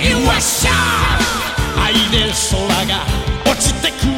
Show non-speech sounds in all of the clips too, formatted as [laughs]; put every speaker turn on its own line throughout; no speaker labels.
ッシャー愛で空が落ちてくる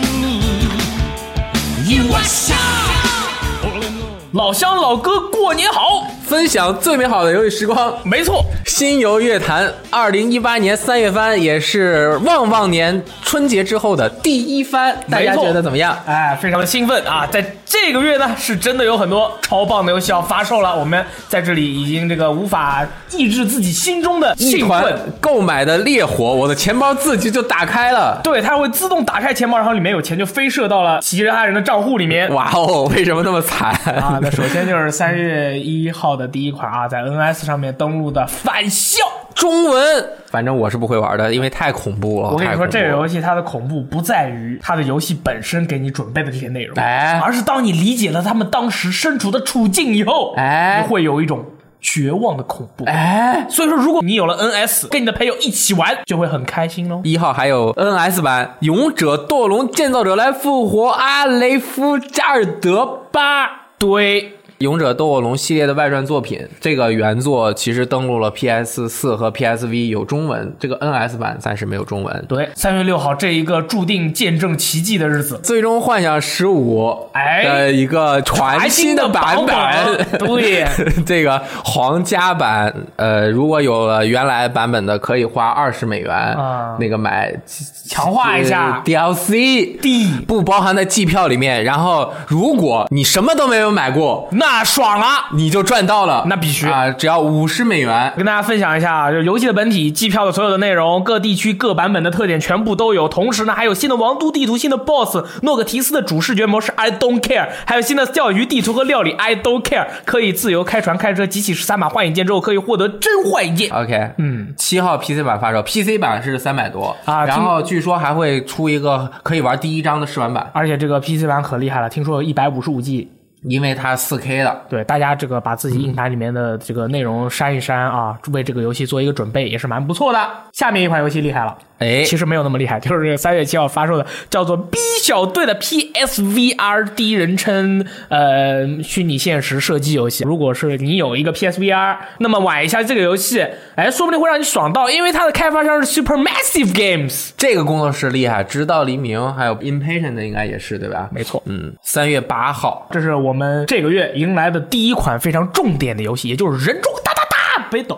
You are shot 俺の
老乡老哥，过年好！
分享最美好的游戏时光。
没错，
新游乐坛，二零一八年三月番也是旺旺年春节之后的第一番，大家
没错
觉得怎么样？
哎，非常的兴奋啊！在这个月呢，是真的有很多超棒的游戏要发售了，我们在这里已经这个无法抑制自己心中的
一
兴
团
奋。
购买的烈火，我的钱包自己就打开了。
对，它会自动打开钱包，然后里面有钱就飞射到了其他人的账户里面。
哇哦，为什么那么惨？
啊，那首先就是三月一号的第一款啊，在 NS 上面登录的《返校》。
中文，反正我是不会玩的，因为太恐怖了。
我跟你说，
太恐怖
这个
了
游戏它的恐怖不在于它的游戏本身给你准备的这些内容，
哎
而是当你理解了他们当时身处的处境以后，
哎
你会有一种绝望的恐怖。
哎，
所以说，如果你有了 NS，跟你的朋友一起玩，就会很开心喽。
一号还有 NS 版《勇者斗龙：建造者来复活阿雷夫加尔德巴》。
对，
《勇者斗恶龙》系列的外传作品，这个原作其实登陆了 PS 四和 PSV 有中文，这个 NS 版暂时没有中文。
对，三月六号这一个注定见证奇迹的日子，
最终幻想十五
哎
的一个全新的版
全
[laughs]
新的版
本，
本啊对，
这个皇家版，呃，如果有了原来版本的，可以花二十美元、
啊
那个买
强化一下
呃 DLC，
D
不包含在季票里面。然后，如果你什么都没有买过，
那爽了。
你就赚到了，
那必须
啊！只要五十美元，
跟大家分享一下啊，就是游戏的本体、机票的所有的内容、各地区各版本的特点全部都有。同时呢，还有新的王都地图、新的 BOSS、诺克提斯的主视觉模式 I don't care，还有新的钓鱼地图和料理 I don't care，可以自由开船、开车、集起十三把幻影剑之后，可以获得真幻影剑。
OK，嗯，七号 PC 版发售，PC 版是三百多
啊
然后据说还会出一个可以玩第一章的试玩版，
而且这个 PC 版可厉害了，听说有一百五十五 G。
因为它四 K 的。
对，大家这个把自己硬盘里面的这个内容删一删啊，为这个游戏做一个准备也是蛮不错的。下面一款游戏厉害了，
哎，
其实没有那么厉害，就是三月七号发售的叫做《B 小队》的 PSVR 第一人称呃虚拟现实射击游戏。如果是你有一个 PSVR，那么玩一下这个游戏，哎，说不定会让你爽到，因为它的开发商是 Supermassive Games。
这个工作室厉害，直到黎明，还有 Impatient 的应该也是对吧？
没错，
嗯，三月八号，
这是我们这个月迎来的第一款非常重点的游戏，也就是《人中哒哒哒北斗》。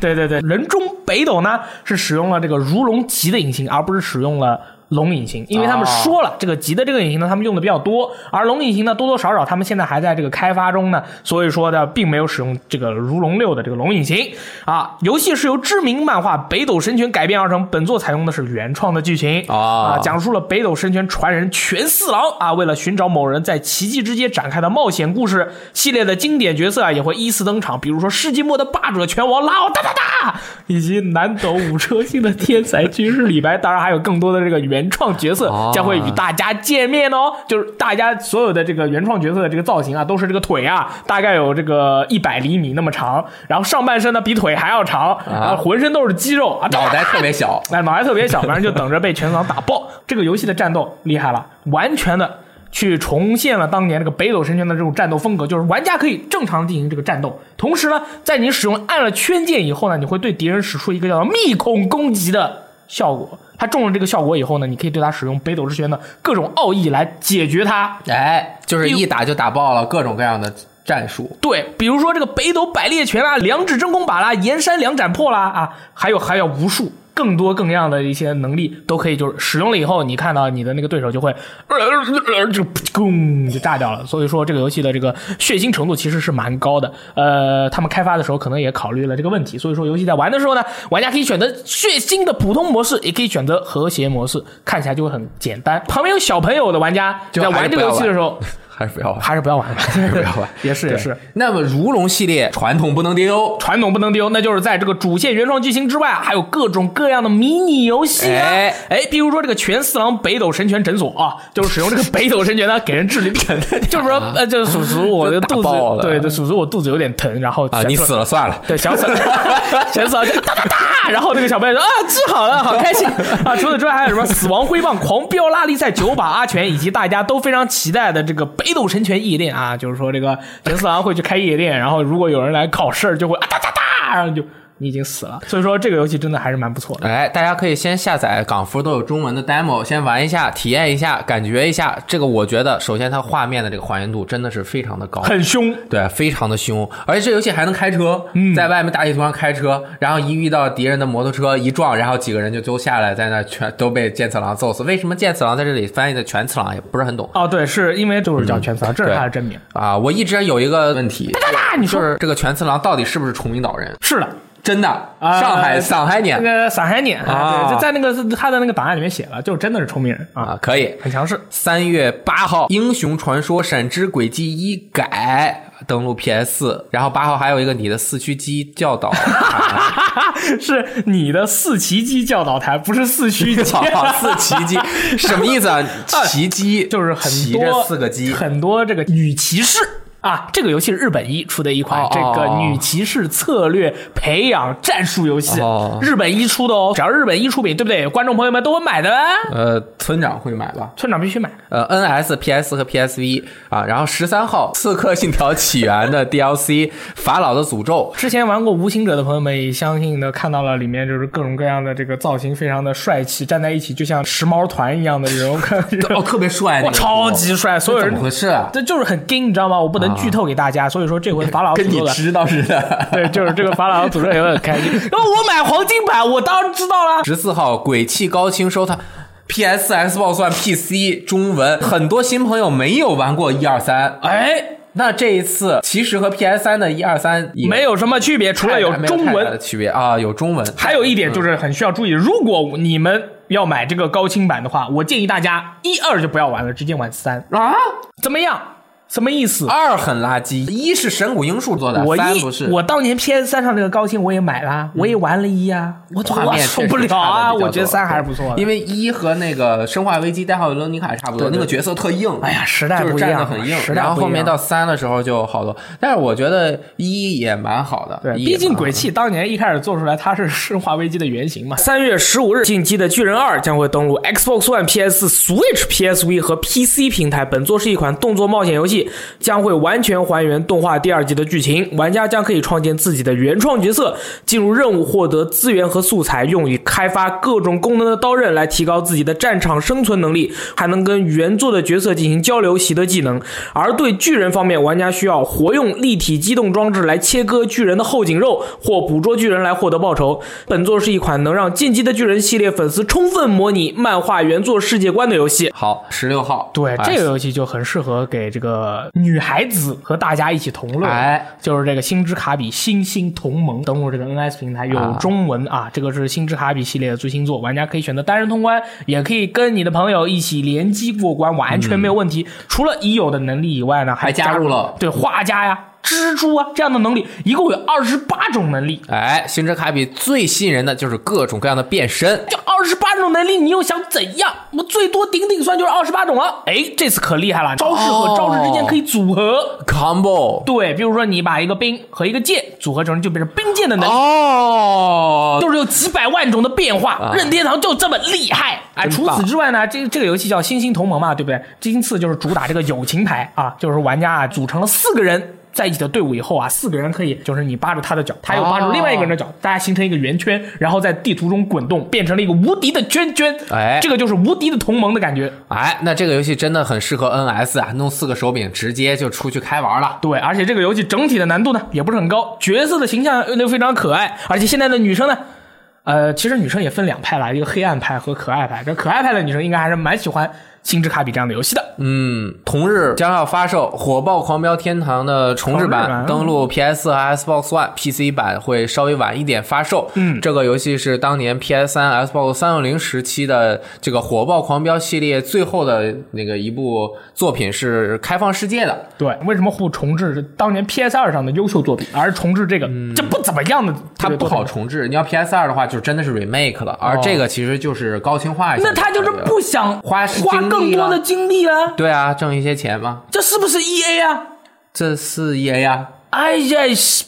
对对对，人中北斗呢是使用了这个如龙级的引擎，而不是使用了龙引擎，因为他们说了、这个级的这个引擎呢，他们用的比较多，而龙引擎呢多多少少他们现在还在这个开发中呢，所以说呢并没有使用这个如龙六的这个龙引擎啊。游戏是由知名漫画《北斗神拳》改编而成，本作采用的是原创的剧情
哦
啊，讲述了北斗神拳传人全四郎啊，为了寻找某人，在奇迹之街展开的冒险故事。系列的经典角色啊也会依次登场，比如说世纪末的霸者拳王拉奥哒哒哒，以及南斗五车星的天才军师李白。当然，还有更多的这个原创角色
哦
将会与大家见面哦。就是大家所有的这个原创角色的这个造型啊，都是这个腿啊，大概有这个一百厘米那么长，然后上半身呢比腿还要长，然后浑身都是肌肉啊，
脑袋特别小，
哎，脑袋特别小，反正就等着被拳王打爆。这个游戏的战斗厉害了，完全的去重现了当年这个北斗神拳的这种战斗风格，就是玩家可以正常地进行这个战斗，同时呢，在你使用按了圈键以后呢，你会对敌人使出一个叫密孔攻击的效果。他中了这个效果以后呢，你可以对他使用北斗之拳的各种奥义来解决他。
[laughs] 哎，就是一打就打爆了各种各样的战术。
对，比如说这个北斗百裂拳啦、两指真空把啦、岩山两斩破啦啊，还有还有无数更多更样的一些能力，都可以就是使用了以后，你看到你的那个对手就会，呃呃呃就咣就炸掉了。所以说这个游戏的这个血腥程度其实是蛮高的。呃，他们开发的时候可能也考虑了这个问题，所以说游戏在玩的时候呢，玩家可以选择血腥的普通模式，也可以选择和谐模式，看起来就会很简单。旁边有小朋友的玩家
就
在
还是
玩这
不
个
要
游戏的
玩
时候，
还是不要玩，
还是不要玩了，还是
不要玩
也是也是。
那么如龙系列传统不能丢，
传统不能丢，那就是在这个主线原创剧情之外，还有各种各样的迷你游戏啊。
哎
哎比如说这个全四郎北斗神拳诊所啊，就是使用这个北斗神拳呢给人治
[laughs]
理病，就是说呃，就叔叔我的
就打
肚子
爆了
对，就叔叔我肚子有点疼，然后
啊，
全
你
四
死了算了。
对，小沈， [laughs] 小沈就哒哒哒，然后那个小朋友说啊，治好了，好开心啊！除此之外，还有什么死亡挥棒、狂飙拉力赛、九把阿全，以及大家都非常期待的这个北斗神拳夜店啊，就是说这个陈四郎会去开夜店，然后如果有人来搞事儿，就会啊哒哒哒，然后就你已经死了。所以说这个游戏真的还是蛮不错的。
哎，大家可以先下载港服都有中文的 demo，先玩一下，体验一下，感觉一下。这个我觉得，首先它画面的这个还原度真的是非常的高，
很凶，
对，非常的凶，而且这游戏还能开车，
嗯
在外面大地图上开车，然后一遇到敌人的摩托车一撞，然后几个人就都下来，在那全都被剑次郎揍死。为什么剑次郎在这里翻译的全次郎也不是很懂
哦，对，是因为就是叫全次郎，这是他的真名。
啊？我一直有一个问题，
哒哒，啊你
就
说
是这个全次郎到底是不是崇明岛人？
是的，
真的，
啊
上海上海
那
年
个撒海碾
啊
对，就在那个他的那个档案里面写了，就真的是聪明人啊，
啊，可以。
很强势。
三月八号，《英雄传说：闪之轨迹一改》登陆 PS 四，然后八号还有一个你的四驱机教 [laughs] 导卡，
[laughs] 是你的四旗机教导台，不是四驱
[laughs]
机。
好啊四骑
[laughs]
机什么意 [laughs] 思啊？骑机
就是很
骑
多
着四个机，
很多这个女骑士啊，这个游戏是日本一出的一款
哦
这
哦
个
哦
女骑士策略培养战术游戏
哦，
日本一出的哦，只要日本一出品，对不对？观众朋友们都会买的吧。
呃，村长会买吧？
村长必须买，
呃，NS、PS 和 PSV 啊，然后十三号《刺客信条：起源》的 DLC《法老的诅咒》，
之前玩过《无形者》的朋友们，也相信的看到了里面就是各种各样的这个造型，非常的帅气，站在一起就像时髦团一样的人，我
[laughs]
看
哦，特别帅，
哇，
那个图
超级帅，所有
怎
人
么回事啊？
这就是很 gay，你知道吗？我不能剧透给大家，所以说这回法老诅
跟你
咒的。
知道似的。
对，就是这个法老诅咒也会很开
[laughs]
心。然后我买黄金版，我当然知道啦。
十四号鬼泣高清收藏。PS、Xbox One、PC 中文，很多新朋友没有玩过一二三，
哎，
那这一次其实和 PS 三的一二三
没有什么区别，除了有中
太大的嗯
文，
区别啊，有中文，
还有一点就是很需要注意，如果你们要买这个高清版的话，我建议大家一二就不要玩了，直接玩三，
啊，
怎么样？什么意思？
二很垃圾，一是神谷英树做的，
我
三
一
不是，嗯
我当年 PS 三上那个高清我也买啦，我也玩了一呀，我
画
我
面
受不了啊！我觉得三还是不错的
因。为一和那个《生化危机》代号伦尼卡差不多，那个角色特硬，
哎呀时代
就是
不一
站
样
得
了
很硬，
时代不一样
然后后面到三的时候就好多，但是我觉得一也蛮好的，
对，
一
毕
也
竟
蛮好的
鬼泣当年一开始做出来，它是《生化危机》的原型嘛。
三月十五日，《进击的巨人二》将会登陆 Xbox One、PS、Switch、PSV 和 PC 平台。本作是一款动作冒险游戏，将会完全还原动画第二集的剧情。玩家将可以创建自己的原创角色，进入任务，获得资源和素材，用于开发各种功能的刀刃来提高自己的战场生存能力，还能跟原作的角色进行交流，习得技能。而对巨人方面，玩家需要活用立体机动装置来切割巨人的后颈肉，或捕捉巨人来获得报酬。本作是一款能让《进击的巨人》系列粉丝充分模拟漫画原作世界观的游戏。
好，十六号，
对，
哎
这个游戏就很适合给这个女孩子和大家一起同乐，
哎
就是这个《星之卡比：星星同盟》登录这个 NS 平台有
啊
中文啊这个是《星之卡比》系列的最新作，玩家可以选择单人通关，也可以跟你的朋友一起联机过关，完全没有问题。除了已有的能力以外呢，还
嗯还加入了
对画家呀、蜘蛛啊这样的能力，一共有二十八种能力。
哎，星之卡比最吸引人的就是各种各样的变身。
这二十八种能力，你又想怎样？我最多顶顶算就是二十八种了。哎，这次可厉害了，招式和
哦
招式之间可以组合。
combo
对，比如说你把一个兵和一个剑组合成，就变成兵剑的能力，
哦，
就是有几百万种的变化。任天堂就这么厉害！哎，
啊真
除
棒
此之外呢，这这个游戏叫《星星同盟》嘛，对不对？今次就是主打这个友情牌啊，就是玩家啊组成了四个人。在一起的队伍以后啊，四个人可以，就是你扒住他的脚，他又扒住另外一个人的脚，
哦
大家形成一个圆圈，然后在地图中滚动，变成了一个无敌的圈圈。
哎
这个就是无敌的同盟的感觉。
哎，那这个游戏真的很适合 NS 啊，弄四个手柄直接就出去开玩了。
对，而且这个游戏整体的难度呢也不是很高，角色的形象又非常可爱，而且现在的女生呢。呃，其实女生也分两派啦，一个黑暗派和可爱派。这可爱派的女生应该还是蛮喜欢《星之卡比》这样的游戏的。
嗯，同日将要发售《火爆狂飙天堂》的重置
重置
版，
版
登陆 PS 和 Xbox One、PC 版会稍微晚一点发售。嗯，这个游戏是当年 PS 三、Xbox 三六零时期的这个《火爆狂飙》系列最后的那个一部作品，是开放世界的。
对，为什么不重置当年 PS 二上的优秀作品，而重置这个、这不怎么样的？
嗯它不好。重置，你要 PS 二的话，就真的是 remake 了，而这个其实就是高清化一下。
哦那他就是不想
花时
花
精力
更多
了
的精力啊，
对啊，挣一些钱嘛，
这是不是 E A 啊？
这是爷呀。
哎呀，西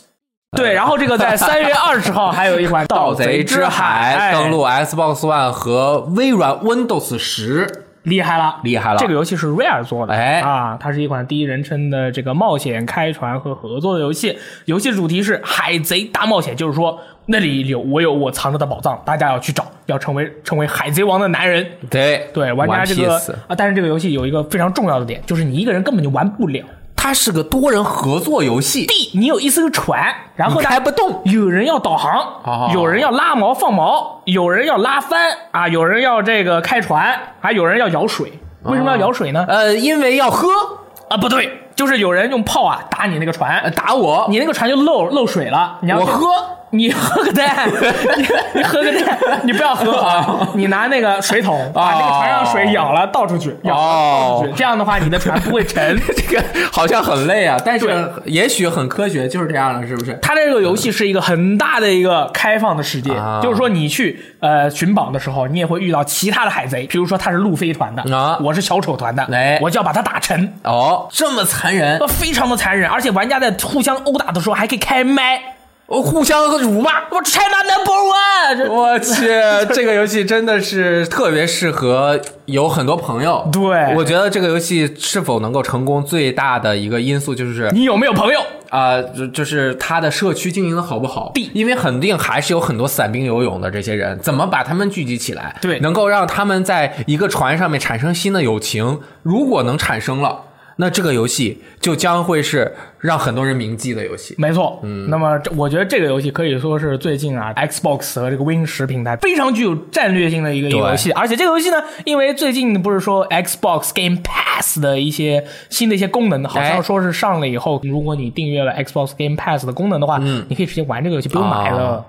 对，然后这个在三月二十号哦还有一款《
呃 [laughs] 《盗
贼
贼之
海》哎
海》登。陆 Xbox One 和微软 Windows 十。
厉害了，
厉害了
这个游戏是 Rare 做的，
哎
啊，它是一款第一人称的这个冒险、开船和合作的游戏。游戏主题是海贼大冒险，就是说那里有我有我藏着的宝藏，大家要去找，要成为成为海贼王的男人。
对
对，玩家这个
One Piece
啊，但是这个游戏有一个非常重要的点，就是你一个人根本就玩不了。
它是个多人合作游戏，
地，你有一艘船，然后
你
呢
开不动，
有人要导航
哦，
有人要拉锚放锚，有人要拉帆啊，有人要这个开船，还有人要舀水。为什么要舀水呢？
呃，因为要喝
啊，不对，就是有人用炮啊打你那个
呃
船，
打我，
你那个船就漏漏水了。你要
我喝，
你喝个
[laughs]
蛋，你你喝个蛋，你不要喝啊！你拿那个水桶
啊
把那个船上水舀了倒出去，舀了倒出去，这样的话你的船不会沉。
[laughs] 这个哦好像很累啊，但是
对
也许很科学，就是这样了，是不是？
它这个游戏是一个很大的一个开放的世界，
啊
就是说你去呃寻宝的时候，你也会遇到其他的海贼，比如说他是路飞团的，
啊
我是小丑团的，
哎
我就要把他打沉，
哦，这么残忍
[laughs] 呃，非常的残忍，而且玩家在互相殴打的时候还可以开麦，
哦互相辱骂。
我 China number one，这
[laughs] 我
[laughs]
去，这个游戏真的是特别适合有很多朋友。
对
我觉得这个游戏是否能够成功，最大的一个因素就是
你有没有朋友？
啊、就就是他的社区经营的好不好
地，
因为肯定还是有很多散兵游泳的这些人，怎么把他们聚集起来，
对
能够让他们在一个船上面产生新的友情，如果能产生了，那这个游戏就将会是让很多人铭记的游戏。
没错，那么这我觉得这个游戏可以说是最近啊，Xbox 和这个 Win 十平台非常具有战略性的一个一个游戏。而且这个游戏呢，因为最近不是说 Xbox Game Pass 的一些新的一些功能，好像说是上了以后，如果你订阅了 Xbox Game Pass 的功能的话，你可以直接玩这个游戏，不用买了，
哦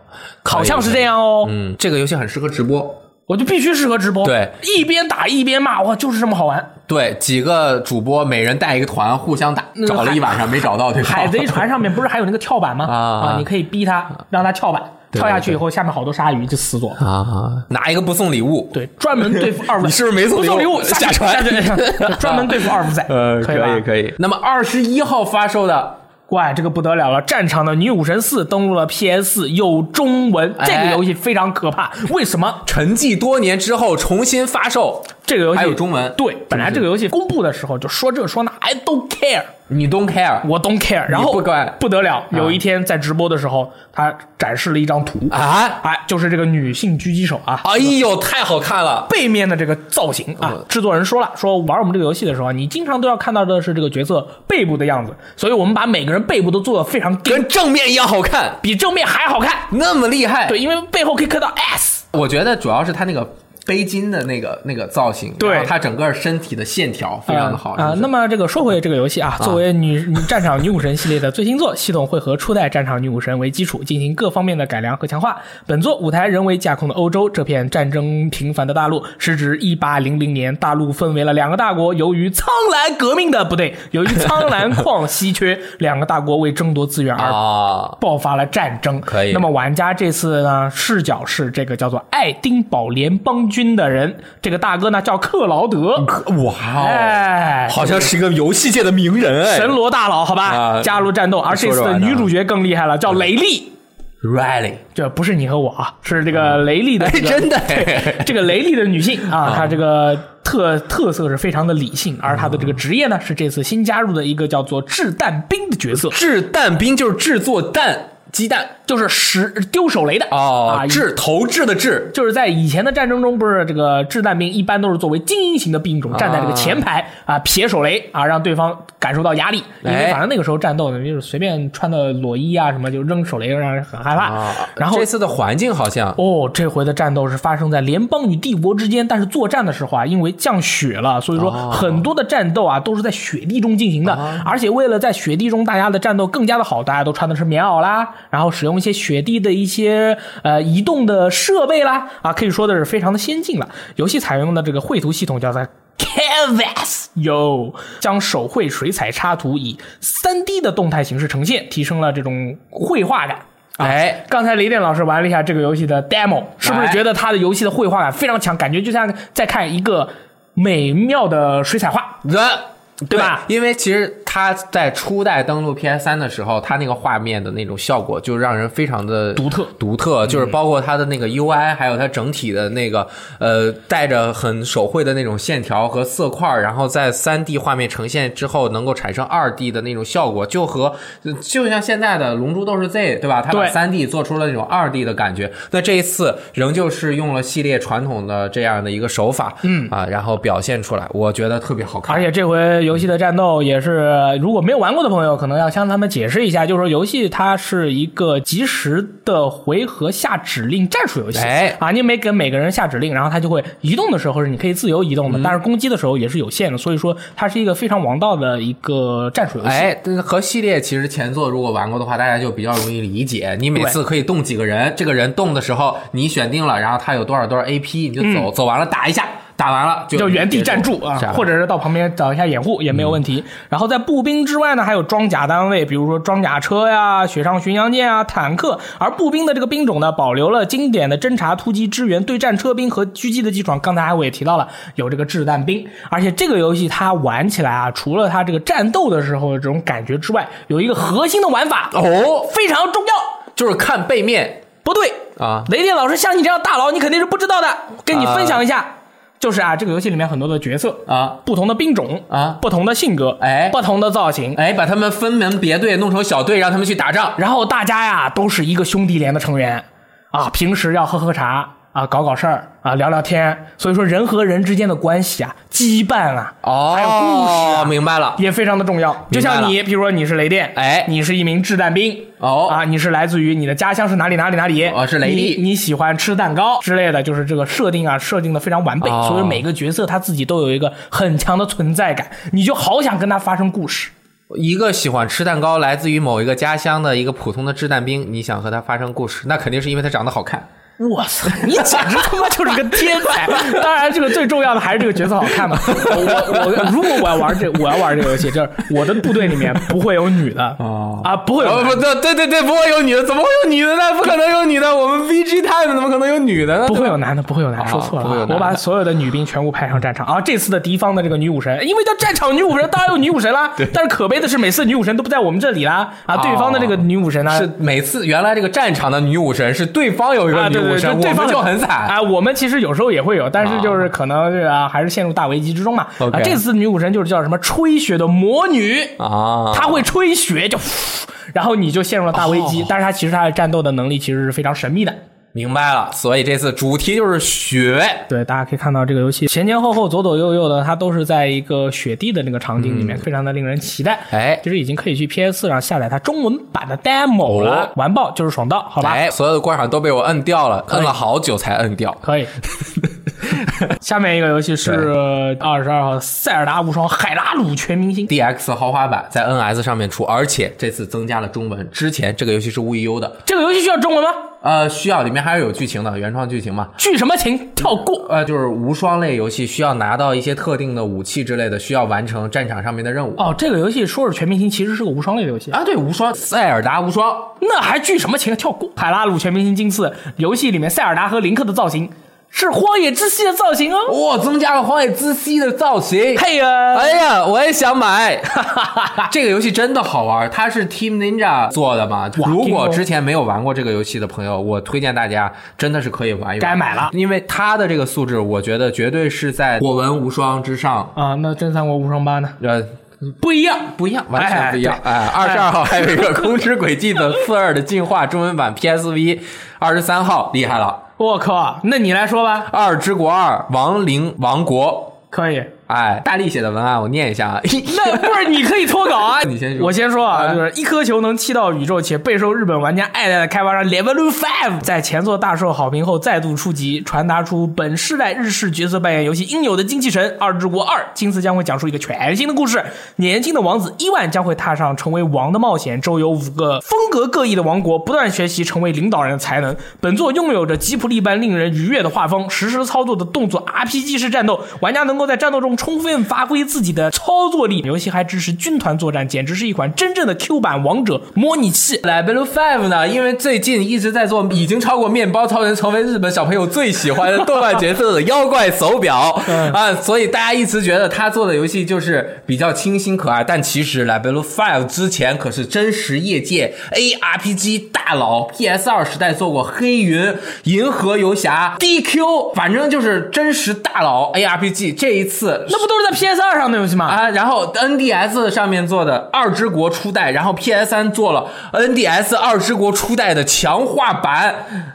好像是这样哦。
嗯，这个游戏很适合直播。
我就必须适合直播，
对，
一边打一边骂，哇，就是这么好玩。
对，几个主播每人带一个团，互相打，
个
找了一晚上没找到对方。
海贼船上面不是还有那个跳板吗？
哦啊啊
你可以逼他，让他跳板，
对
跳下去
对
以后，下面好多鲨鱼就死左。
啊， [laughs] 拿一个不送礼物。
对，专门对付二五仔。
[laughs] 你是不是没送
不
礼物
送礼物？
下船呃
船，下船专门对付二五
[laughs]
仔。呃以吧？以。
以。那么二十一号发售的，
哇，这个不得了了！战场的女武神四登陆了 PS 有中文，
哎
这个游戏非常可怕。为什么
沉寂多年之后重新发售，
这个游戏
还有中文
对，本来这个游戏公布的时候就说这说那，I don't care，
你 don't care
我 don't care。然后
不管
不得了，有一天在直播的时候，他展示了一张图，
啊！
哎，就是这个女性狙击手啊，
哎呦，太好看了！
背面的这个造型啊，制作人说了，说玩我们这个游戏的时候啊，你经常都要看到的是这个角色背部的样子，所以我们把每个人背部都做的非常跟
跟正面一样好看，
比正面还好看。
那么厉害。
对，，因为背后可以看到 S。
我觉得主要是他那个背巾的那个那个造型，
对
然后他整个身体的线条非常的好
啊、
是不是
那么这个说回这个游戏啊，作为女 [laughs] 女战场女武神系列的最新作，系统会和初代战场女武神为基础，进行各方面的改良和强化。本作舞台仍为架空的欧洲这片战争频繁的大陆，时值一八零零年，大陆分为了两个大国，由于苍蓝革命的不 [laughs] 对，由于苍蓝矿稀缺，两个大国为争夺资源而
啊，
爆发了战争。
可以
那么玩家这次呢，视角是这个叫做爱丁堡联邦军的人，这个大哥呢叫克劳
嗯
德。
哇哦，
哎，
好像是一个游戏界的名人哎
神罗大佬，好吧，
啊
加入战斗。而这次
说着啊
的
嗯玩呢
女主角更厉害了，叫雷利。 [laughs]
，Riley，
这不是你和我啊，是这个雷利的、
哎，
这个
真的
[laughs] 这个雷利的女性啊，她这个特特色是非常的理性，而她的这个
嗯
职业呢，是这次新加入的一个叫做掷弹兵的角色，
制蛋兵就是制作蛋鸡蛋
就是使丢手雷的
哦
啊，
制投掷的掷
就是在以前的战争中，不是这个掷弹兵一般都是作为精英型的兵种，站在这个前排啊，撇手雷啊，让对方感受到压力。因为
哎
反正那个时候战斗呢，就是随便穿的裸衣啊什么，就扔手雷，让人很害
啊
怕。啊然后
这次的环境好像
哦，这回的战斗是发生在联邦与帝国之间，但是作战的时候啊，因为降雪了，所以说很多的战斗啊都是在雪地中进行的，而且为了在雪地中大家的战斗更加的好，大家都穿的是棉袄啦，然后使用一些雪地的一些呃移动的设备啦，啊，可以说的是非常的先进了。游戏采用的这个绘图系统叫做 Canvas 有将手绘水彩插图以 3D 的动态形式呈现，提升了这种绘画感。啊
哎，
刚才雷电老师玩了一下这个游戏的 demo，是不是
哎
觉得他的游戏的绘画感非常强？感觉就像在看一个美妙的水彩画。
那
对吧？
因为其实它在初代登陆 PS 三的时候，它那个画面的那种效果就让人非常的
独特嗯
独特就是包括它的那个 UI，还有它整体的那个呃带着很手绘的那种线条和色块儿，然后在三 D 画面呈现之后能够产生二 D 的那种效果，就和就像现在的《龙珠斗士 Z》对吧？它把
对
三 D 做出了那种二 D 的感觉。那这一次仍旧是用了系列传统的这样的一个手法，嗯啊，然后表现出来，我觉得特别好看。
而且这回游戏的战斗也是，如果没有玩过的朋友，可能要向他们解释一下，就是说游戏它是一个即时的回合下指令战术游戏，
哎
啊，你每给每个人下指令，然后他就会移动的时候是你可以自由移动的，但是攻击的时候也是有限的，所以说它是一个非常王道的一个战术游戏。
哎，但是和系列其实前作如果玩过的话，大家就比较容易理解。你每
对
次可以动几个人，这个人动的时候你选定了，然后他有多少多少 AP，你就走，走完了打一下，打完了就
嗯就原地站住啊
这，样
或者是到旁边找一下掩护也没有问题。然后在步兵之外呢，还有装甲单位，比如说装甲车呀、雪上巡洋舰啊、坦克。而步兵的这个兵种呢，保留了经典的侦察、突击、支援、对战车兵和狙击的基础上。刚才我也提到了有这个掷弹兵，而且这个游戏它玩起来啊，除了它这个战斗的时候的这种感觉之外，有一个核心的玩法
哦，
非常重要。
就是看背面
不对，
啊，
雷电老师像你这样大佬，你肯定是不知道的，跟你分享一下。就是啊，这个游戏里面很多的角色
啊
不同的兵种
啊
不同的性格，
哎
不同的造型，
哎，把他们分门别队，弄成小队，让他们去打仗。
然后大家呀都是一个兄弟连的成员啊，平时要喝喝茶啊，搞搞事儿啊，聊聊天，所以说人和人之间的关系啊，羁绊啊，
哦，
还有故事啊
明白了。
也非常的重要。就像你，比如说你是雷电，
哎
你是一名掷弹兵，
哦
啊，你是来自于你的家乡是哪里哪里哪里，
哦是雷利
你，你喜欢吃蛋糕之类的，就是这个设定啊，设定的非常完备，
哦
所以每个角色他自己都有一个很强的存在感，你就好想跟他发生故事。
一个喜欢吃蛋糕，来自于某一个家乡的一个普通的掷弹兵，你想和他发生故事，那肯定是因为他长得好看。
我操， [laughs] 你简直他妈就是个天
[laughs]
才！当然，这个最重要的还是这个角色好看嘛。
哦
[laughs] 我我如果我要玩这我要玩这个游戏，就是我的部队里面不会有女的、
哦
啊，不会有
哦，
男的
不对，对对对，不会有女的，怎么会有女的呢？不可能有女的，我们 VG Time 怎么可能有女的呢？
不会有男的，不会有男的，
啊
说错了
不会有
啊，
男的
我把所有的女兵全部派上战场啊！这次的敌方的这个女武神，因为叫战场女武神，当然有女武神啦。
[laughs]
但是可悲的是，每次女武神都不在我们这里啦啊！对方的这个女武神呢，
哦是每次原来这个战场的女武神是对方有一个
啊，
女
对
武
对
神，
对，对
我
方
们
的
就很惨。哦
啊。我们其实有时候也会有，但是就是可能是啊，还是陷入大危机之中嘛。啊，
OK
这次女武神就是叫什么吹雪的魔女，
啊，
她会吹雪就。然后你就陷入了大危
哦
机，但是她其实她的战斗的能力其实是非常神秘的。
明白了，所以这次主题就是雪。
对，大家可以看到这个游戏前前后后、左左右右的，它都是在一个雪地的那个场景里面，非常的令人期待。
嗯哎
其实已经可以去 PS 上下载它中文版的 demo 了，
哦
完爆就是爽到，好吧？
哎，所有的关卡都被我摁掉了，摁了好久才摁掉。
可以。 [laughs] 下面一个游戏是二十二号《塞尔达无双海拉鲁全明星》。
DX 豪华版在 NS 上面出，而且这次增加了中文。之前这个游戏是无 EU 的，
这个游戏需要中文吗？
呃，需要里面还是有剧情的，原创剧情嘛。
剧什么情？跳过。
呃，就是无双类游戏需要拿到一些特定的武器之类的，需要完成战场上面的任务。
哦，这个游戏说是全明星，其实是个无双类的游戏。
啊，对，无双，塞尔达无双，
那还剧什么情？跳过。海拉鲁全明星今次游戏里面塞尔达和林克的造型是《荒野之息》的造型哦。
哇、增加了荒野之息的
[laughs]
造型。
嘿呀，
哎呀，我也想买！ [laughs] 这个游戏真的好玩，它是 Team Ninja 做的嘛。
哇
如果
听说
之前没有玩过这个游戏的朋友，我推荐大家真的是可以玩一玩，
该买了
因为它的这个素质，我觉得绝对是在《火纹无双》之上。
啊，那真三国无双八呢？
呃，
不一样，
不一样，完全不一样。哎，二十二号还有一个《空之轨迹》的四二的进化中文版 PSV，二十三号厉害了，
我靠，那你来说吧，
《二之国二亡灵王国》。
可以。
哎，大力写的文案我念一下啊。 [laughs]
那不是 [laughs] 你可以脱稿啊，
你先说
我先说啊，
哎
就是一颗球能气到宇宙，且备受日本玩家爱戴的开发商 Level Five 在前作大受好评后再度出击，传达出本世代日式角色扮演游戏应有的精气神。《二之国二》今次将会讲述一个全新的故事，年轻的王子伊万将会踏上成为王的冒险，周游五个风格各异的王国，不断学习成为领导人的才能。本作拥有着吉普力般令人愉悦的画风，实时操作的动作 RPG 式战斗，玩家能够在战斗中动充分发挥自己的操作力。游戏还支持军团作战，简直是一款真正的 Q 版王者模拟器。
Level Five 呢，因为最近一直在做，已经超过面包超人，成为日本小朋友最喜欢的动漫角色的妖怪手表啊，所以大家一直觉得他做的游戏就是比较清新可爱，但其实 Level Five 之前可是真实业界 ARPG 大佬 PS 二时代做过黑云、银河游侠、DQ，反正就是真实大佬 ARPG。这一次
那不都是在 PS 二上的游戏 [laughs] 吗？
啊，然后 NDS 上面做的《二之国》初代，然后 PS 三做了 NDS《二之国》初代的强化版。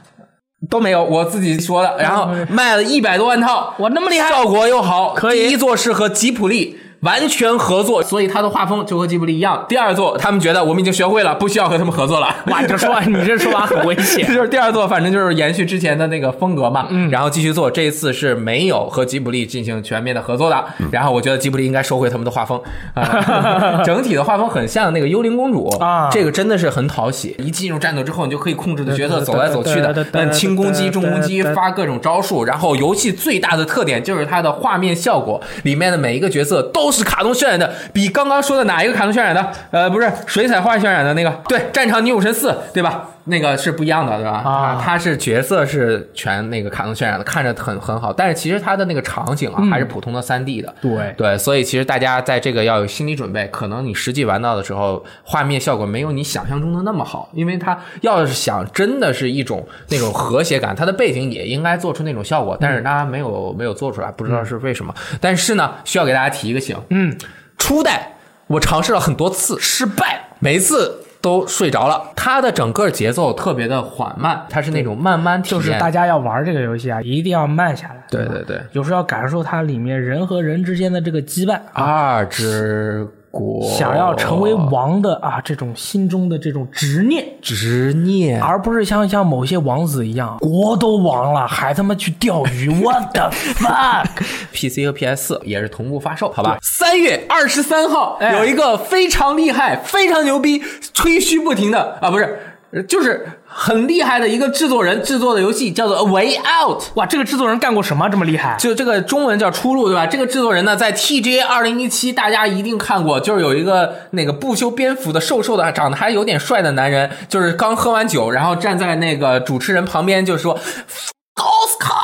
都没有，我自己说的。然后卖了一百多万套，
哇嗯那么厉害
效果又好，
可以
第一座是和吉普力完全合作，所以它的画风就和吉普力一样。第二座，他们觉得我们已经学会了，不需要和他们合作了。
哇，你这说话，你这说法很危 [laughs]
这
险。
[laughs] 就是第二座，反正就是延续之前的那个风格嘛，嗯，然后继续做。这一次是没有和吉卜力进行全面的合作的，然后我觉得吉卜力应该收回他们的画风
[laughs]
啊，整体的画风很像那个《幽灵公主》
啊
这个真的是很讨喜。一进入战斗之后，你就可以控制的角色走来走
对
去
对
的
对，对
嗯，轻攻击、重攻击
对对对，
发各种招数。然后游戏最大的特点就是它的画面效果，里面的每一个角色都是卡通渲染的，比刚刚说的哪一个卡通渲染的？呃，不是水彩画渲染的那个，对，《战场女武神四》，对吧？那个是不一样的，对吧？
啊
它是角色是全那个卡通渲染的，看着很很好，但是其实它的那个场景啊，还是普通的三 D 的。
对
对，所以其实大家在这个要有心理准备，可能你实际玩到的时候，画面效果没有你想象中的那么好，因为它要是想真的是一种那种和谐感，它的背景也应该做出那种效果，但是它没有没有做出来，不知道是为什么。但是呢，需要给大家提一个醒，嗯，初代我尝试了很多次，失败，每次。都睡着了，它的整个节奏特别的缓慢，它是那种慢慢体验，
就是大家要玩这个游戏啊，一定要慢下来。
对对对，
有时候要感受它里面人和人之间的这个羁绊啊，
二之国
想要成为王的啊这种心中的这种执念，
执念
而不是像像某些王子一样，国都亡了还他妈去钓鱼，what the [laughs] fuck！
PC 和 PS 四也是同步发售，好吧？三月二十三号
哎
有一个非常厉害、非常牛逼、吹嘘不停的啊，不是，呃就是很厉害的一个制作人制作的游戏，叫做《A Way Out》。
哇，这个制作人干过什么这么厉害？
就这个中文叫出路，对吧？这个制作人呢，在 TGA 二零一七，大家一定看过，就是有一个那个不修边幅的瘦瘦的，长得还有点帅的男人，就是刚喝完酒，然后站在那个主持人旁边，就说奥斯卡。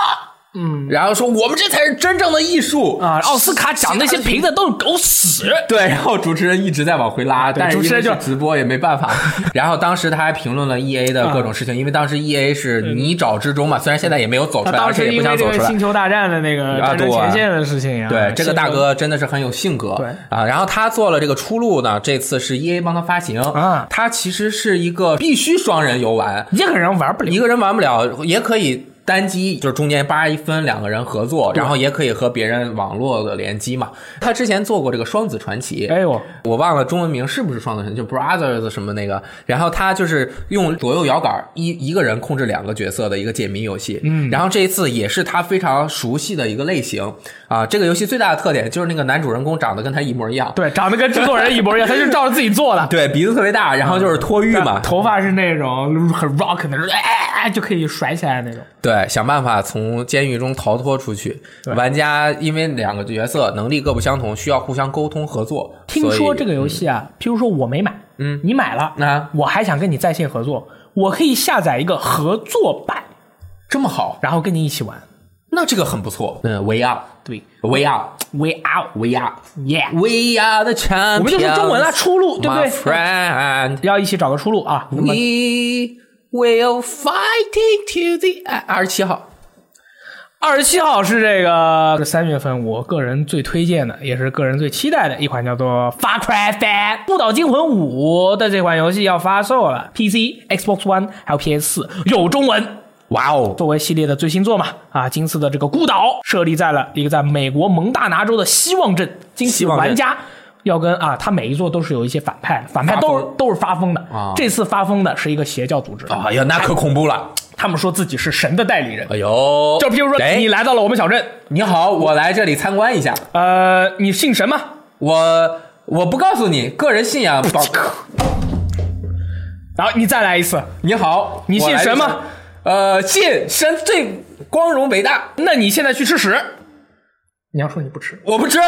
嗯，然后说我们这才是真正的艺术
啊，奥斯卡讲那些评的都是狗屎。
[laughs] 对，然后主持人一直在往回拉，但是
主持人
因为
就是
直播也没
[laughs]
办法。然后当时他还评论了 E A 的各
啊
种事情，因为当时 E A 是泥沼之中嘛，虽然现在也没有走出
他
来，
当
而且
时
也
因
不
为
想
这
走
个
出
《
来
星。球大战》的那个
啊
战争
对
前线的事情啊，
对，这个大
哥。
哥真的是很有性格。
对
啊，然后他做了这个出路呢，这次是 E A 帮他发行
啊
他其实是一个必须双人游玩，
一个人玩不了
一。个人玩不了，也可以单机，就是中间八一分两个人合作，然后也可以和别人网络的联机嘛。他之前做过这个《双子传奇》，
哎呦，
我忘了中文名是不是双子神，就 Brothers 什么那个。然后他就是用左右摇杆一一个人控制两个角色的一个解谜游戏。嗯，然后这一次也是他非常熟悉的一个类型啊。这个游戏最大的特点就是那个男主人公长得跟他一模一样，
对，长得跟制作人一模一样，他就照着自己做的。
对，鼻子特别
嗯
大，然后就是脱玉嘛，
头发是那种很 rock 的，哎哎哎就可以甩起来那种。
对，想办法从监狱中逃脱出去。玩家因为两个角色能力各不相同，需要互相沟通合作。
听
所
说
以
这个游戏啊，譬如说我没买，嗯，你买了，
啊
我还想跟你在线合作，我可以下载一个合作版，
这么好，
然后跟你一起玩。
那这个很不错。嗯，We are，
对
We are，We
，We out，yeah。
are。We are the champions。
我们就说中文了，出路对不
My
对？
friend,
要一起找个出路啊！那么
we will fighting to the end。二十七号，
二十七号是这个三月份，我个人最推荐的，也是个人最期待的一款叫做《Far Cry 5》《孤岛惊魂五》的这款游戏要发售了，PC、Xbox One 还有 PS 4有中文。
哇哦！
作为系列的最新作嘛，啊，今次的这个孤岛设立在了一个在美国蒙大拿州的希望镇，今次
希望镇
玩家。要跟啊，他每一座都是有一些反派的，反派都是
发疯
都是发疯的。
啊
这次发疯的是一个邪教组织，
哎呀，那可恐怖了！
他们说自己是神的代理人。
哎呦，
就譬如说，
哎
你，来到了我们小镇，
你好，我来这里参观一下。
呃，你姓什么？
我我不告诉你，个人信仰
[laughs]
保。
然后你再来一次，
你好，
你信
我来这
什么？
呃，信神最光荣伟大。
那你现在去吃屎，你要说你不吃，
我不吃，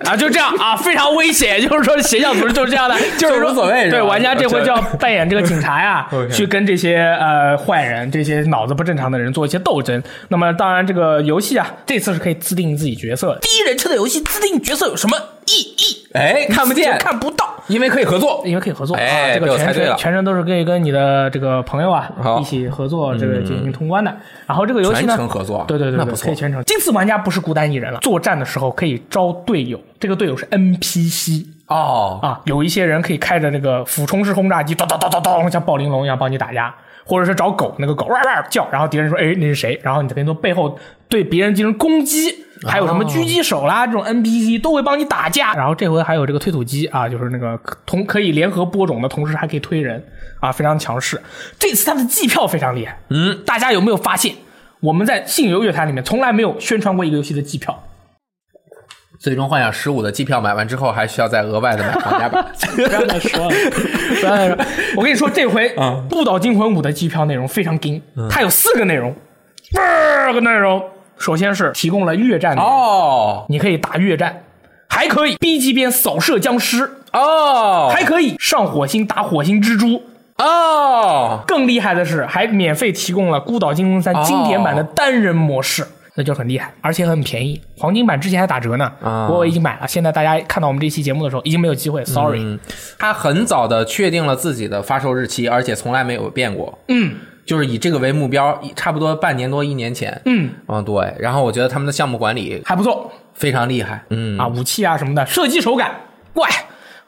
啊，就这样啊，非常危险。就是说，邪教组织就是这样的，就是说
无所谓是吧
对玩家这回
这
就要扮演这个警察呀
[laughs] OK，
去跟这些呃坏人、这些脑子不正常的人做一些斗争。那么当然，这个游戏啊，这次是可以自定义自己角色的。
第一人称的游戏自定义角色有什么意义？
哎， [laughs] 看不见
就，看不到。
因为可以合作。
因为可以合作，
哎
啊、这
被我
个全
猜对了
程全程都是可以跟你的这个朋友啊
好嗯
一起合作，这个进行通关的。然后这个游戏呢，
全程合作啊
对对对
那
对，
不错
可以全程。这次玩家不是孤单一人了，作战的时候可以招队友，这个队友是 NPC
哦，
啊，有一些人可以开着这个俯冲式轰炸机，咚咚咚咚咚，像暴玲珑一样帮你打压。或者是找狗，那个狗哇哇叫，然后敌人说：“哎，那是谁？”然后你再从背后对别人进行攻击，还有什么狙击手啦，这种 NPC 都会帮你打架。然后这回还有这个推土机啊，就是那个可同可以联合播种的同时还可以推人啊，非常强势。这次他们的计票非常厉害，嗯，大家有没有发现？我们在信游乐坛里面从来没有宣传过一个游戏的计票，
最终幻想十五的机票买完之后，还需要再额外的买皇家 [laughs] 版。
不要再说了， [laughs] 不要再说。哎我跟你说，这回
啊
《不倒惊魂五》的机票内容非常精，
嗯
它有四个内容，四个内容。首先是提供了越战内容，
哦
你可以打越战，还可以 B 级边扫射僵尸，
哦
还可以上火星打火星蜘蛛。
哦，
更厉害的是，还免费提供了《孤岛惊魂三
哦》
经典版的单人模式。那就很厉害，而且很便宜，黄金版之前还打折呢。
啊
不过我已经买了，现在大家看到我们这期节目的时候，已经没有机会，sorry。
嗯他很早的确定了自己的发售日期，而且从来没有变过。嗯，就是以这个为目标，一差不多半年多一年前。
嗯
嗯，对。然后我觉得他们的项目管理
还不错，
非常厉害。嗯，
啊，武器啊什么的，射击手感怪。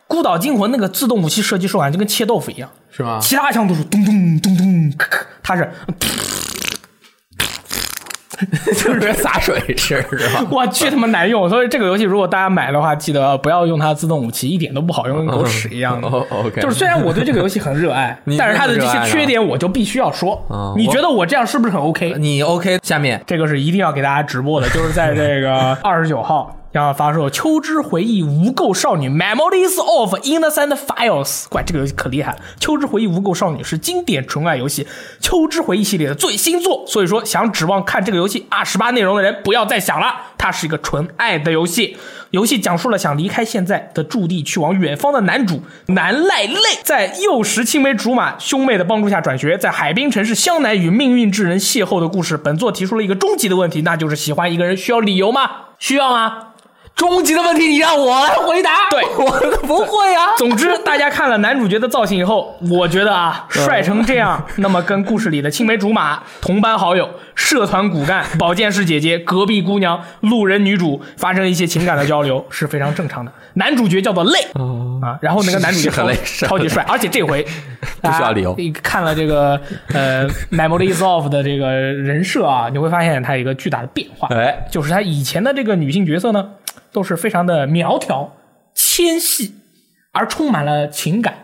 孤岛惊魂那个自动武器射击手感就跟切豆腐一样，
是吗？
其他枪都是咚咚咚咚，咔咔，它是，
[laughs] 就是洒水是是吧？
哇，巨他妈难用。所以这个游戏如果大家买的话，记得不要用它自动武器，一点都不好用，跟狗屎一样的。
哦，OK
[laughs] 就是虽然我对这个游戏很热爱
你，
但是它的这
热爱
些
啊
缺点我就必须要说
嗯。
你
我
觉得我这样是不是很 OK？
你 OK？下面
这个是一定要给大家直播的，就是在这个二十九号要发售《秋之回忆无垢少女 Memories of Innocent Files》。怪，这个游戏可厉害了，《秋之回忆无垢少女》是经典纯爱游戏《秋之回忆》系列的最新作，所以说想指望看这个游戏 R 十八内容的人不要再想了，它是一个纯爱的游戏。游戏讲述了想离开现在的驻地去往远方的男主南濑泪，在幼时青梅竹马兄妹的帮助下转学，在海滨城市湘南与命运之人邂逅的故事。本作提出了一个终极的问题，那就是喜欢一个人需要理由吗？需要吗？
终极的问题你让我来回答，
对
[laughs] 我不会啊。
总之，大家看了男主角的造型以后，我觉得啊，帅成这样，那么跟故事里的青梅竹马、同班好友、社团骨干、保健师姐姐、隔壁姑娘、路人女主发生一些情感的交流是非常正常的。男主角叫做泪
哦
啊，然后那个男主角
是很 [laughs]
超
累是很
超级帅，而且这回不
需要理由
看了这个呃《Memories of》的这个人设啊，你会发现他有一个巨大的变化，
哎
就是他以前的这个女性角色呢，都是非常的苗条、纤细，而充满了情感。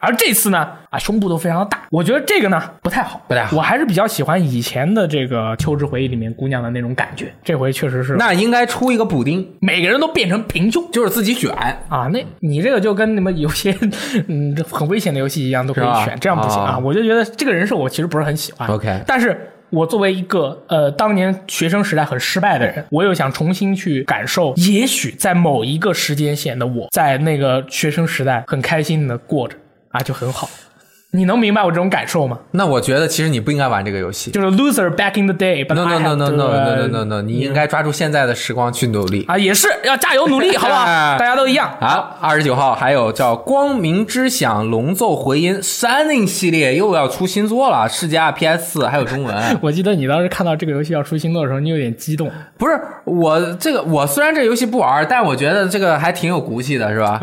而这次呢，啊，胸部都非常大，我觉得这个呢不太好，
不太好
我还是比较喜欢以前的这个《秋之回忆》里面姑娘的那种感觉，这回确实是，
那应该出一个补丁，
每个人都变成平胸
就是自己卷。
啊，
嗯
那你这个就跟你们有些嗯这很危险的游戏一样，都可
是吧
以选，这样不行啊！
哦
我就觉得这个人设我其实不是很喜欢。
OK
但是我作为一个呃当年学生时代很失败的人，我又想重新去感受，也许在某一个时间线的我，在那个学生时代很开心的过着啊，就很好。你能明白我这种感受吗？
那我觉得其实你不应该玩这个游戏。
就是 loser back in the day，but
No no
I
no
have
no
to-
no no no no no，你应该抓住现在的时光去努力。
啊，也是要加油努力，
[laughs]
好不好？
哎
大家都一样。。
好，二十九号还有叫《光明之响》龙奏回音 Shining 系列又要出新作了，世嘉 PS 四还有中文
[laughs] 我记得你当时看到这个游戏要出新作的时候，你有点激动。
不是我这个，我虽然这游戏不玩，但我觉得这个还挺有骨气的，
[laughs]
是吧？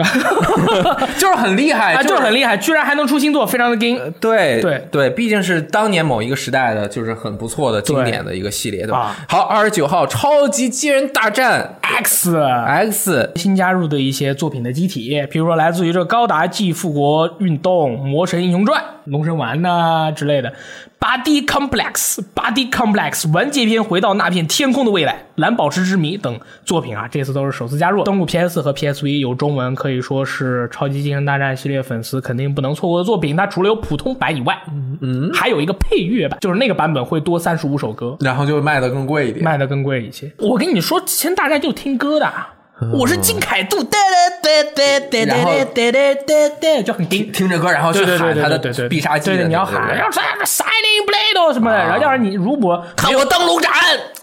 就是很厉害，
啊，就是呃很厉害，居然还能出新作，非常的惊
对
对
对，毕竟是当年某一个时代的，就是很不错的经典的一个系列，对吧
啊？
好，二十九号超级机器人大战
X
X
新加入的一些作品的机体，比如说来自于这个高达 G 复国运动、魔神英雄传、龙神丸呐、之类的。Body Complex、Body Complex 完结篇回到那片天空的未来、蓝宝石之谜等作品啊，这次都是首次加入。登陆 PS 和 PSV 有中文，可以说是超级机器人大战系列粉丝肯定不能错过的作品。它除了有普通版以外，嗯，还有一个配乐版，就是那个版本会多三十五首歌。
然后就卖的更贵一点。
卖的更贵一些。我跟你说，之前大家就听歌的啊，我是金凯度，哒哒哒哒哒
然
哒
后
哒哒哒哒，就很丁。
听着歌，然后去
对对对
喊
对
他
对对
的
对，
必杀技的
对
那
对，
个，
你要喊，要是 Shining Blade 哦什么的，然后要是你如果看我灯笼斩，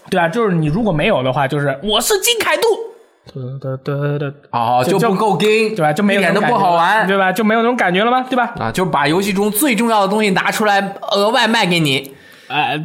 对啊，就是你如果没有的话，就是我是金凯度。哒哒哒哒，
哦，
就
就不够跟，
对吧？就没有
一点
那
都
种感
不
觉
好
了
玩
对吧？就没有那种感觉了吗？对吧？
啊！就把游戏中最重要的东西拿出来，额外卖给你。
[laughs] 哎，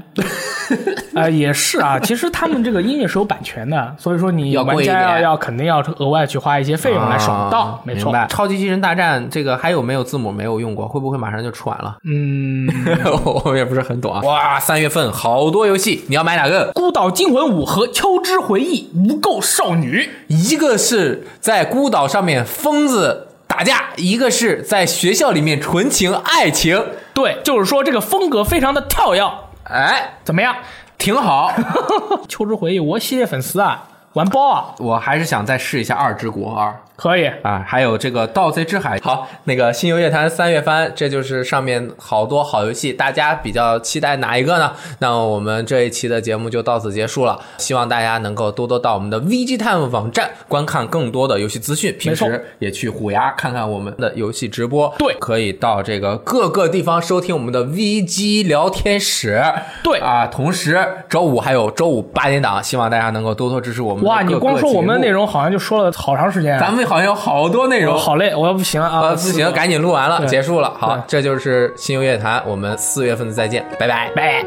啊，也是啊。其实他们这个音乐是有版权的，所以说你
要贵
玩
一
家要
点
要肯定要额外去花一些费用来爽到，
啊
没错
明。白超级机器人大战这个还有没有字母没有用过？会不会马上就出完了？
嗯，
[laughs] 我也不是很懂啊。哇，三月份好多游戏，你要买哪个？
《孤岛惊魂五》和《秋之回忆》无垢少女。
一个是在孤岛上面疯子打架，一个是在学校里面纯情爱情。
对，就是说这个风格非常的跳跃，
哎，
怎么样？ [laughs]
挺好，
《秋之回忆》，我系列粉丝啊，完包啊，
我还是想再试一下《二之国二》。
可以。
啊，还有这个《盗贼之海》。好，那个《新游乐坛》三月番，这就是上面好多好游戏，大家比较期待哪一个呢？那我们这一期的节目就到此结束了，希望大家能够多多到我们的 VG Time 网站观看更多的游戏资讯，平
没
时
错
也去虎牙看看我们的游戏直播。
对
可以到这个各个地方收听我们的 VG 聊天室。
对
啊，同时周五还有周五八点档，希望大家能够多多支持我们的
哇，
各
你
个
光说我们的
节
内
目。
容好像就说了好长时间啊，
咱们好像有好多内容，
哦我好累，我要不行了啊，
呃，不行，赶紧录完了，
对
结束了。好
对，
这就是新游乐坛，我们四月份再见，拜拜。
拜拜。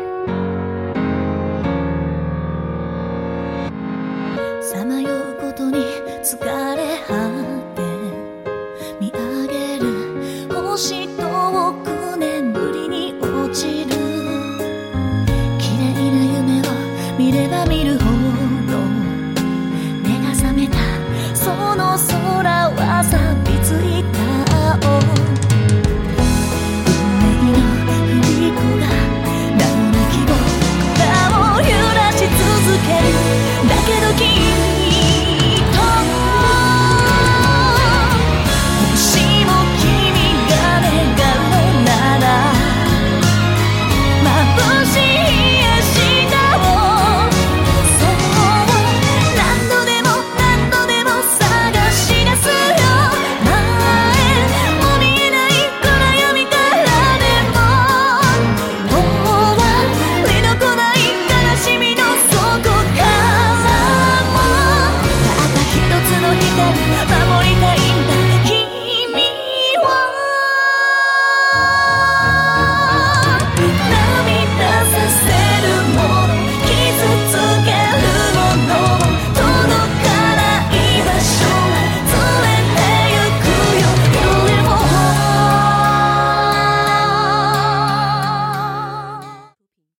さまようことに疲れ果て見上げる星遠く眠りに落ちる嫌いな夢を見れば見るほど